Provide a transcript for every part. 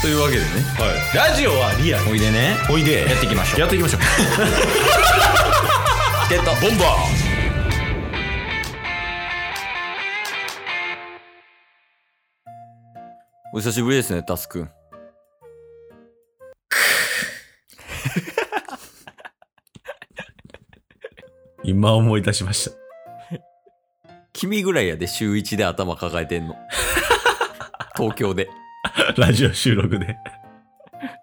というわけでねはい、ラジオはリアルおいでねおいでやっていきましょうやって いきましょうゲットボンバお久しぶりですねタスくんー今思い出しました君ぐらいやで週一で頭抱えてん の東京でラジオ収録で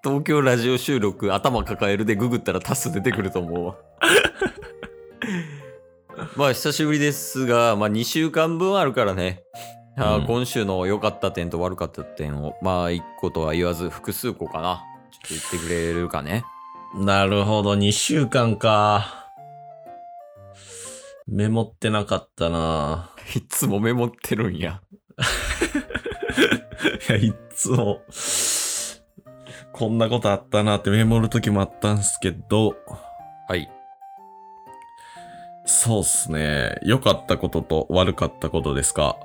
東京ラジオ収録頭抱えるでググったらタス出てくると思うわ まあ久しぶりですが、まあ、2週間分あるからね、あーうん今週の良かった点と悪かった点をまあ1個とは言わず複数個かなちょっと言ってくれるかね なるほど2週間かメモってなかったないつもメモってるんや いやいっつもこんなことあったなってメモる時もあったんすけどはいそうっすね良かったことと悪かったことですか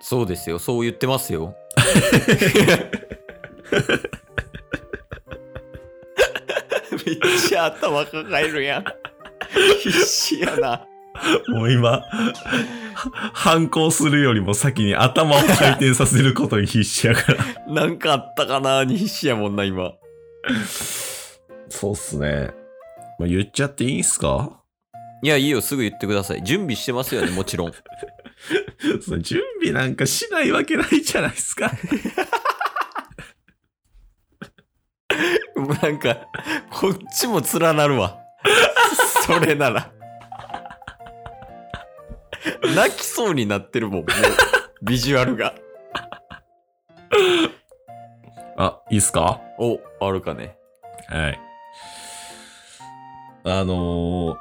そうですよそう言ってますよ めっちゃ頭抱えるやん必死やなもう今、 反抗するよりも先に頭を回転させることに必死やから。なんかあったかなに必死やもんな、今。 そうっすね。まあ、言っちゃっていいんすかいや、いいよ、すぐ言ってください。準備してますよね、もちろん。 それ準備なんかしないわけないじゃないですか。 なんか、こっちも連なるわ。それな ら。泣きそうになってるもん、もうビジュアルが。 あ、いいっすかお、あるかね。はい。あのー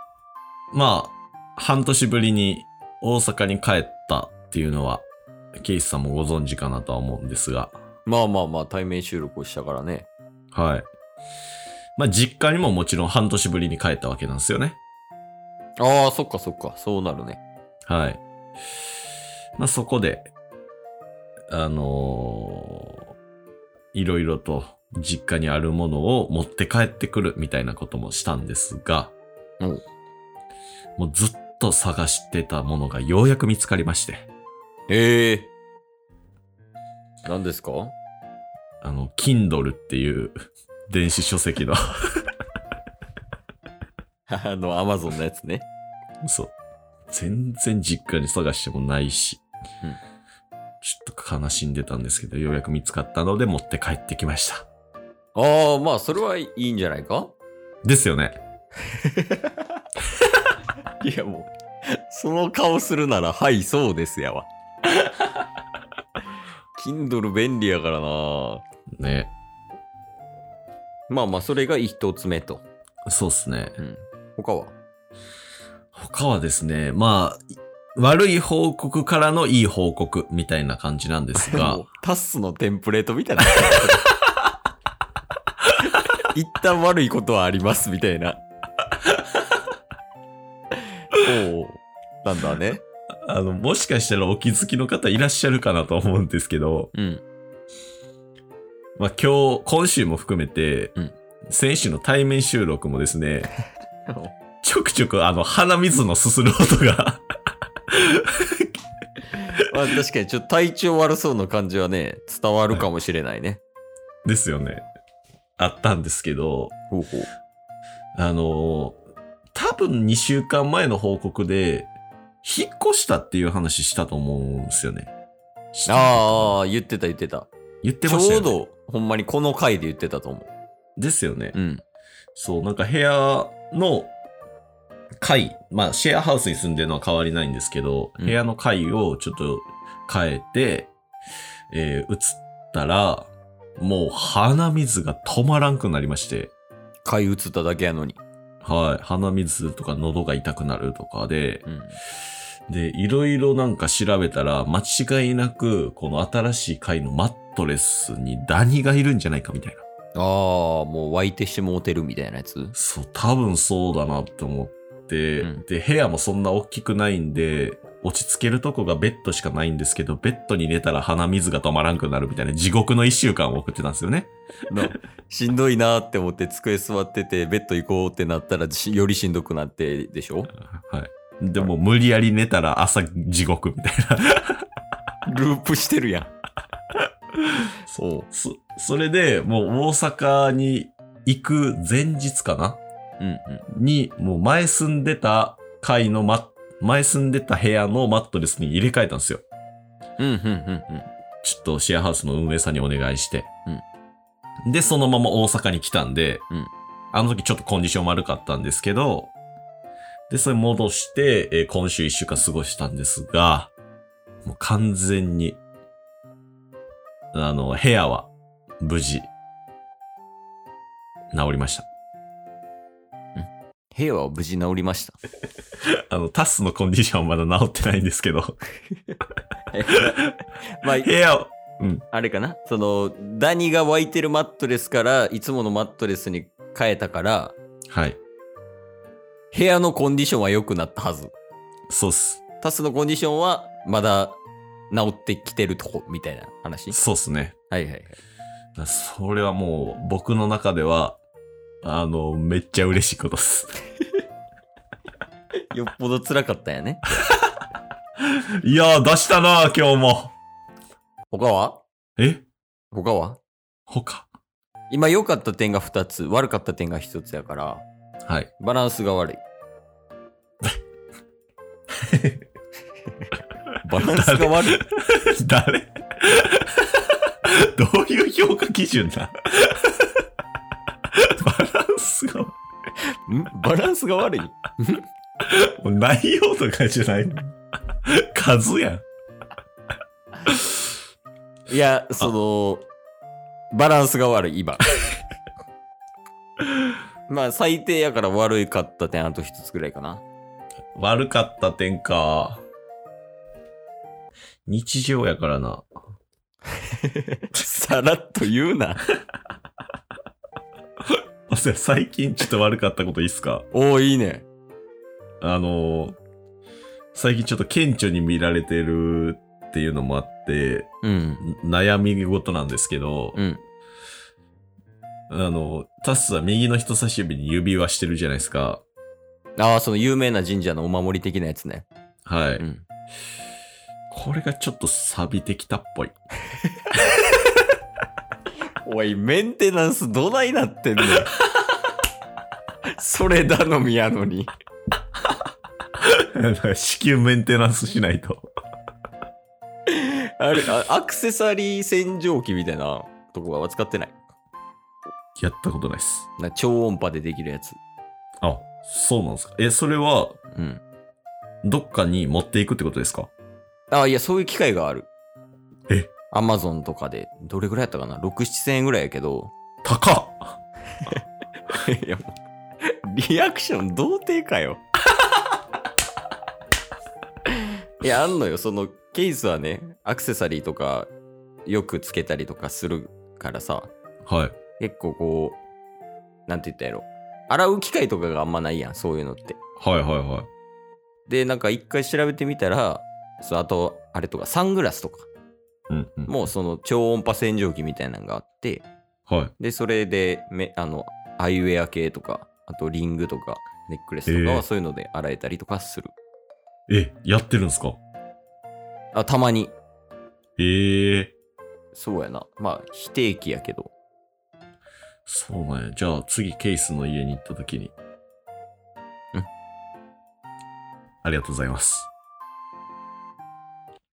まあ、半年ぶりに大阪に帰ったっていうのは、ケイスさんもご存知かなとは思うんですが、まあまあまあ、対面収録をしたからね。はい。まあ、実家にももちろん半年ぶりに帰ったわけなんですよね。ああ、そっかそっか、そうなるね。はい。まあ、そこで、あのーいろいろと実家にあるものを持って帰ってくるみたいなこともしたんですが、うんもうずっと探してたものがようやく見つかりまして、ええー。何ですか あの、Kindle っていう 電子書籍の、 あの、アマゾンのやつね。そう。全然実家に探してもないし、うんちょっと悲しんでたんですけど、ようやく見つかったので持って帰ってきました。ああ、まあ、それはいいんじゃないかですよね。いやもう、その顔するなら、はい、そうですやわ。Kindle 便利やからなね。まあまあ、それが一つ目と。そうっすね。うん。他は他はですね、まあ、い悪い報告からのいい報告みたいな感じなんですがもう、タッスのテンプレートみたいな。一旦悪いことはあります、みたいな。おうなんだね。 あの、もしかしたらお気づきの方いらっしゃるかなと思うんですけど、うん。まあ今日、今週も含めて、うん先週の対面収録もですね、ちょくちょくあの、鼻水のすする音が、 まあ、確かに、ちょっと体調悪そうな感じはね、伝わるかもしれないね。ですよね。あったんですけど、ほうほう。あの、多分2週間前の報告で、引っ越したっていう話したと思うんですよね。あ。ああ、言ってた言ってた。言ってましたよ、ね。ちょうど、ほんまにこの回で言ってたと思う。ですよね。うん。そう、なんか部屋の階、まあシェアハウスに住んでるのは変わりないんですけど、うん部屋の階をちょっと変えて、えー移ったら、もう鼻水が止まらんくなりまして、回移っただけやのに。はい。鼻水とか喉が痛くなるとかで、うん。で、いろいろなんか調べたら、間違いなく、この新しい階のマットレスにダニがいるんじゃないかみたいな。ああ、もう湧いてしもうてるみたいなやつそう、多分そうだなって思って、うんで、部屋もそんな大きくないんで、落ち着けるとこがベッドしかないんですけど、ベッドに寝たら鼻水が止まらんくなるみたいな地獄の一週間を送ってたんですよね。のしんどいなーって思って机座っててベッド行こうってなったらしよりしんどくなってでしょはい。でも無理やり寝たら朝地獄みたいな。ループしてるやん。そう。そ、それでもう大阪に行く前日かなうんうん。に、もう前住んでた階のマ前住んでた部屋のマットレスに入れ替えたんですよ。うんうんうんちょっとシェアハウスの運営さんにお願いして。うんで、そのまま大阪に来たんで、うんあの時ちょっとコンディション悪かったんですけど、で、それ戻して、えー今週一週間過ごしたんですが、もう完全に、あの、部屋は無事、治りました。平和は無事治りました。あの、タスのコンディションはまだ治ってないんですけど、まあ部、屋を、あれかなその、ダニが湧いてるマットレスから、いつものマットレスに変えたから、はい、部屋のコンディションは良くなったはず。そうっす。タスのコンディションは、まだ治ってきてるとこ、みたいな話。そうっすね。はいはいはい。それはもう僕の中では、あの、めっちゃ嬉しいことです。 よっぽど辛かったんやね。いやー出したなー今日も。他はえ他は他今良かった点が2つ、悪かった点が1つやから、はい。 バランスが悪い。バランスが悪い。誰 どういう評価基準だ バランスが、もんバランスが悪い。う内容とかじゃない。数やん。いや、その、バランスが悪い、 今。まあ、最低やから悪いかった点、あと一つぐらいか な。悪かった点か。日常やからな。 さらっと言うな。あそうや最近ちょっと悪かったこといいっすかおお、いいね。あのー最近ちょっと顕著に見られてるっていうのもあって、うん。悩み事なんですけど、うん。あの、タスは右の人差し指に指輪してるじゃないですか。ああ、その有名な神社のお守り的なやつね。はい。うん。これがちょっと錆びてきたっぽい。 おい、メンテナンスどないなってんの それ頼みやのに。至急メンテナンスしないと。あれ、あアクセサリー洗浄機みたいなとこは使ってない。やったことないっす。な超音波でできるやつ。あ、そうなんですか。え、それは、うん。どっかに持っていくってことですかあ、いや、そういう機会がある。えアマゾンとかで、どれぐらいやったかな ?6、7000円ぐらいやけど。 高っいや、もうリアクション童貞かよ。 いや、あんのよ。そのケースはね、アクセサリーとか、よくつけたりとかするからさ、はい。結構こう、なんて言ったやろ。洗う機会とかがあんまないやん、そういうのって。はいはいはい。で、なんか一回調べてみたら、そうあと、あれとか、サングラスとか。うん、うん。もうその超音波洗浄機みたいなのがあって、はい。で、それでめ、あの、アイウェア系とか、あとリングとか、ネックレスとかえーはそういうので洗えたりとかする。え、やってるんですかあ、たまに。ええー。そうやな。まあ、非定期やけど。そうなんや。じゃあ次ケイスの家に行った時に。うん。ありがとうございます。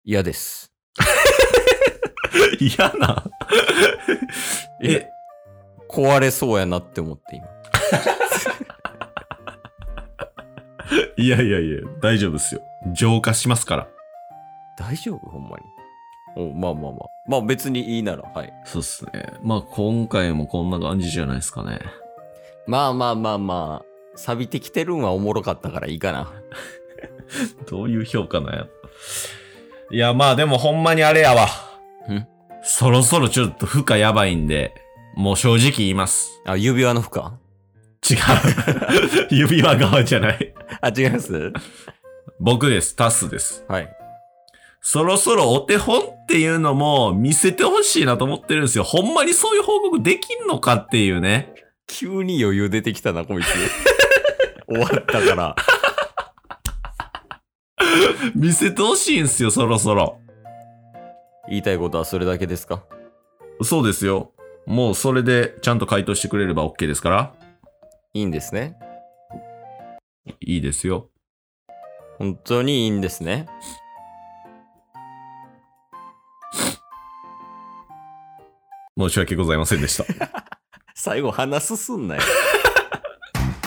嫌です。 嫌 なえ、壊れそうやなって思って今。いやいやいや、大丈夫ですよ。浄化しますから。大丈夫ほんまに。おまあまあまあ。まあ別にいいなら、はい。そうっすね。まあ今回もこんな感じじゃないですかね。まあまあまあまあ、錆びてきてるんはおもろかったからいいかな。どういう評価なんや。いやまあでもほんまにあれやわん。そろそろちょっと負荷やばいんで、もう正直言います。あ、指輪の負荷 違う。指輪側じゃない。あ、違います僕です。タスです。はい。そろそろお手本っていうのも見せてほしいなと思ってるんですよ。ほんまにそういう報告できんのかっていうね。急に余裕出てきたな、 こいつ。終わったから。見せてほしいんですよ、そろそろ。言いたいことはそれだけですかそうですよ。もうそれでちゃんと回答してくれれば OK ですから。いいんですね。いいですよ。本当にいいんですね。申し訳ございませんでした。最後話すんなよ